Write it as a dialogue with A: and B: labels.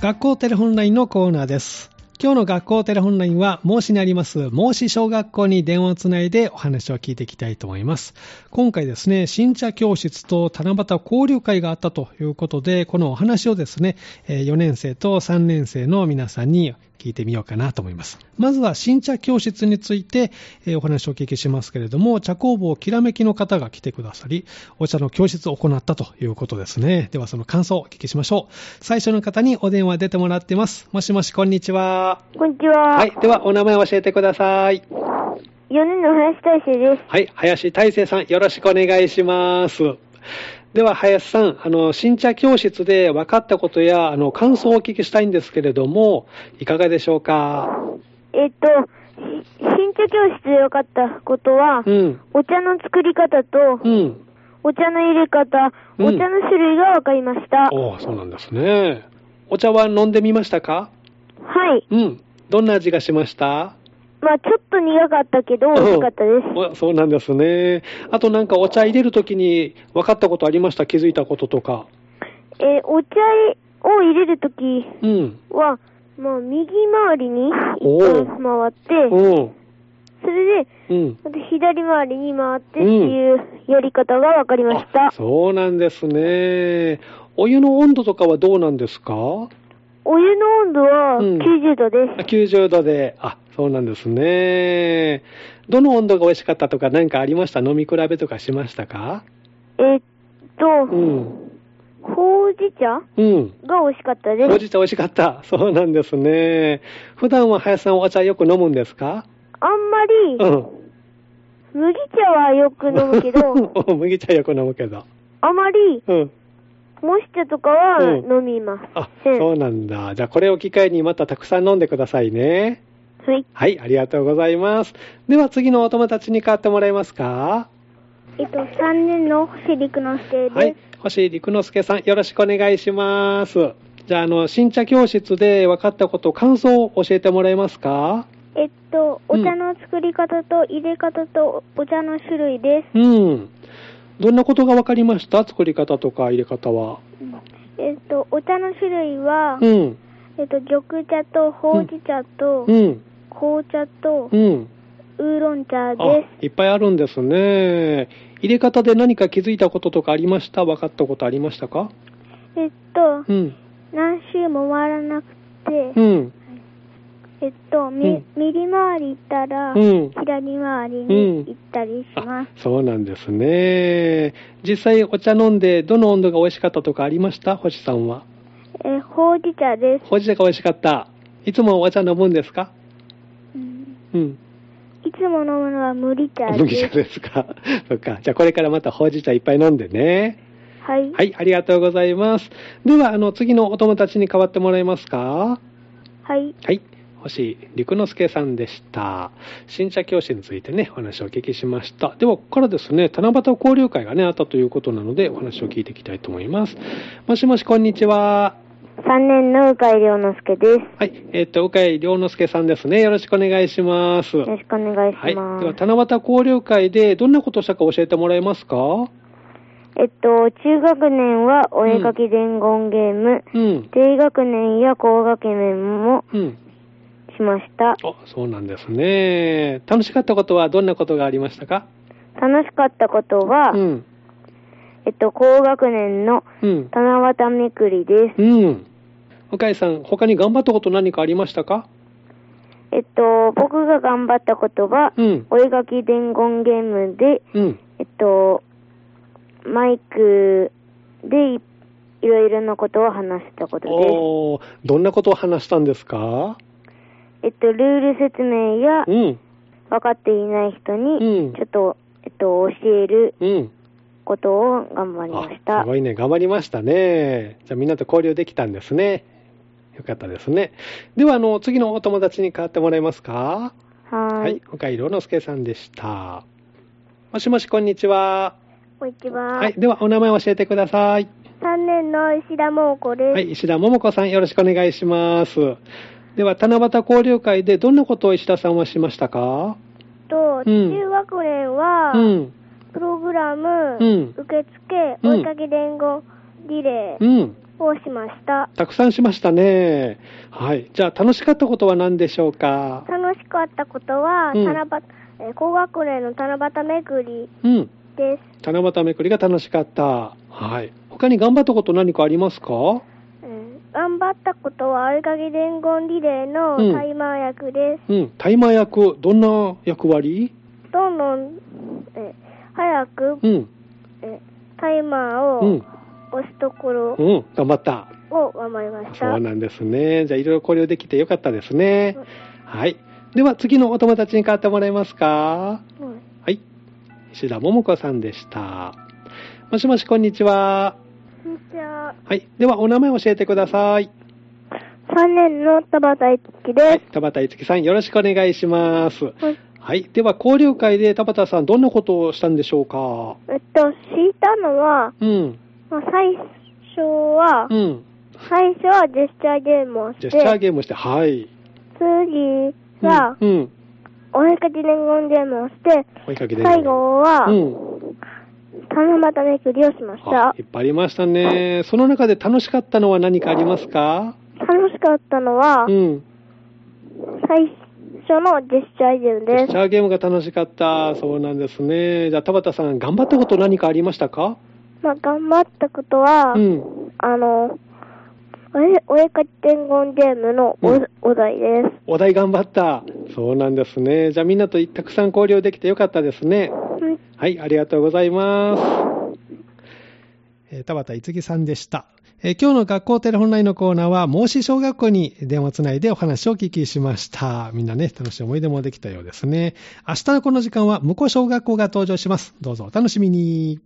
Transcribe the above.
A: 学校テレホンラインのコーナーです。今日の学校テレホンラインは、孟子にあります、孟子小学校に電話をつないでお話を聞いていきたいと思います。今回ですね、新茶教室と七夕交流会があったということで、このお話をですね、4年生と3年生の皆さんに聞いてみようかなと思います。まずは新茶教室についてえーお話をお聞きしますけれども、茶工房きらめきの方が来てくださり、お茶の教室を行ったということですね。ではその感想をお聞きしましょう。最初の方にお電話出てもらってます。もしもし、こんにちは。
B: こんにちは。
A: はい、ではお名前を教えてください。
B: 4年の林大成です。
A: はい、林大成さん、よろしくお願いします。では、林さん、あの、新茶教室で分かったことや、あの、感想をお聞きしたいんですけれども、いかがでしょうか
B: えっと、し新茶教室で分かったことは、
A: うん、
B: お茶の作り方と、
A: うん。
B: お茶の入れ方、
A: うん
B: お茶の種類が分かりました。
A: おお、そうなんですね。お茶は飲んでみましたか
B: はい。
A: うん。どんな味がしました
B: まあちょっと苦かったけど、美味しかったです。
A: おそうなんですね。あとなんかお茶入れるときに分かったことありました気づいたこととか。
B: えーお茶を入れるとき
A: うん。
B: は、まあ右回りに
A: お
B: 一回って、
A: うん。
B: それで、
A: うん。
B: また左回りに回ってっていうやり方が分かりました
A: あ。そうなんですね。お湯の温度とかはどうなんですか
B: お湯の温度は
A: うん
B: 90度です。
A: あ ?90 度で。あ、そうなんですね。どの温度が美味しかったとか何かありました飲み比べとかしましたか
B: えーっと、
A: うん。
B: ほうじ茶
A: うん。
B: が美味しかった
A: ほう
B: です。
A: じ茶美味しかった。 そうなんですね。普段は林さんお茶よく飲むんですか
B: あん
A: う
B: まり、
A: ん。
B: 麦茶はよく飲む けど、
A: うん麦茶よく飲むけど。
B: あまり、
A: うん。
B: もし茶とかは
A: うん
B: 飲みま
A: あ、
B: せん。
A: そうなんだ。じゃあこれを機会にまたたくさん飲んでくださいね。
B: はい。
A: はい、ありがとうございます。では次のお友達に代わってもらえますか
B: えっと、3年の星陸之介
A: はい。星陸之介さん、よろしくお願いします。じゃあ、あの、新茶教室で分かったこと、感想を教えてもらえますか
B: えっと、
A: お茶
B: の作り方と入れ方とお茶の種類で
A: うん。どんなことが分かりました作り方とか入れ方は。
B: す。えっと、お茶の種類は
A: うん。
B: えっと、緑茶と
A: ほうじ
B: 茶と
A: うん。
B: 紅茶と
A: うん。
B: ウーロン茶
A: あ、いっぱいあるんですね。入れ方で何か気づいたこととかありました分かったことありましたか
B: す。えっと
A: うん。
B: 何周も回らなくて
A: うん。
B: えっと、み
A: うん
B: 右回り行ったら、
A: うん。
B: 左回りに行ったりしま
A: あ
B: す。、
A: そうなんですね。実際お茶飲んで、どの温度が美味しかったとかありました星さんは。
B: えーほうじ茶です、
A: ほうじ茶が美味しかった。いつもお茶飲むんですかうん。
B: いつも飲むのは麦茶です。
A: 麦茶ですか。 そっか。じゃあこれからまたほうじ茶いっぱい飲んでね。
B: はい。
A: は
B: はい。
A: い、ありがとうございます。では、あの、次のお友達に代わってもらえますかはい。星陸之介さんでした。新茶教師についてね、お話をお聞きしました。では、ここからですね、七夕交流会がね、あったということなので、お話を聞いていきたいと思います。もしもし、こんにちは。
B: 3年の鵜飼涼之介です。
A: はい。えっ、と、鵜飼良之介さんですね。よろしくお願いします。
B: よろしくお願い
A: は
B: し
A: い。で
B: ます。
A: は、七夕交流会で、どんなことをしたか教えてもらえますか
B: えっと、中学年はお絵描き伝言ゲーム、
A: うん。
B: 低学年や高学年も
A: うん。
B: しました。
A: あ、そうなんですね。楽しかったことは、どんなことがありましたか
B: 楽しかったことは、
A: うん。
B: えっと、高学年の
A: うん。
B: 七夕めくりです。
A: うん。向井さん、他に頑張ったこと何かありましたか
B: えっと、僕が頑張ったことは、
A: うん。
B: お絵描き伝言ゲームで、
A: うん。
B: えっと、マイクでいいろいろなことを話したこと
A: おーどんなことを話したんですか
B: です。えっと、ルール説明や
A: う、ん。
B: 分かっていない人
A: うん
B: に、ちょっと、えっと、教える
A: うん。
B: ことを頑張りました
A: す。ごいね。頑張りましたね。じゃあみんなと交流できたんですね。よかったですね。では、あの、次のお友達に代わってもらえますか
B: はーい。
A: 向井良之介さんでした。もしもし、こんにちは。
B: こんにちは。
A: はい。では、お名前を教えてください。
B: 3年の石田桃子です
A: はい、石田桃子さん、よろしくお願いします。では、七夕交流会でどんなことを石田さんはしましたか
B: と
A: うん
B: 学年は
A: うん、
B: プログラム、
A: うん
B: 受付
A: うん
B: き伝言、リレ
A: うん、
B: をしました。
A: たくさんしましたね。はい。じゃあ、楽しかったことは何でしょうか
B: 楽しかったことは、
A: うん
B: 七夕、えー高学年の七夕巡り
A: うん。
B: です。
A: 七夕めくりが楽しかった。はい。他に頑張ったこと何かありますか
B: うん頑張ったことは、合鍵伝言リレーの
A: うん
B: タイマー役です。
A: うん。タイマー役、どんな役割
B: どんどん、えー早く、
A: うん。
B: えータイマー
A: う
B: を
A: ん。
B: 押すところ
A: うん。頑張った。
B: を頑張りました。
A: そうなんですね。じゃあ、いろいろ交流できてよかったですね
B: うん。
A: はい。では、次のお友達に代わってもらえますか
B: うん
A: はい。石田桃子さんでした。もしもし、こんにちは。
B: こんにちは。
A: はい。では、お名前教えてください。
B: 3年の田畑一樹です。
A: 田畑いつきさん、よろしくお願いします。
B: はい
A: はい。では、交流会で田畑さん、どんなことをしたんでしょうか
B: えっと、敷いたのは、
A: うん。
B: まあ、最初は
A: う、ん。
B: 最初はジェスチャーゲームをして、
A: ジェスチャーゲームをして、はい。
B: 次
A: うん
B: は、
A: うん。
B: お絵かき伝言ゲームをして、
A: 追いかけて。
B: 最後は、
A: うん。
B: 七夕めくりをしまし
A: あ
B: た
A: い。っぱいありましたね。その中で楽しかったのは何かありますか
B: 楽しかったのは、
A: うん。
B: 最初のジェスチャーゲー
A: ジェ
B: ムで
A: ス
B: す
A: チ。ャーゲームが楽しかった。そうなんですね。じゃあ、田畑さん、頑張ったこと何かありましたか
B: まあ、頑張ったことは、
A: うん。
B: あの、お絵お絵かき伝言ゲームのお,、
A: うん
B: お題です。
A: お題頑張った。そうなんですね。じゃあみんなとたくさん交流できてよかったですね。
B: うん
A: はい、ありがとうございます。田畑いつぎさんでした。えー今日の学校テレホンラインのコーナーは、孟子小学校に電話つないでお話をお聞きしました。みんなね、楽しい思い出もできたようですね。明日のこの時間は、向こう小学校が登場します。どうぞお楽しみに。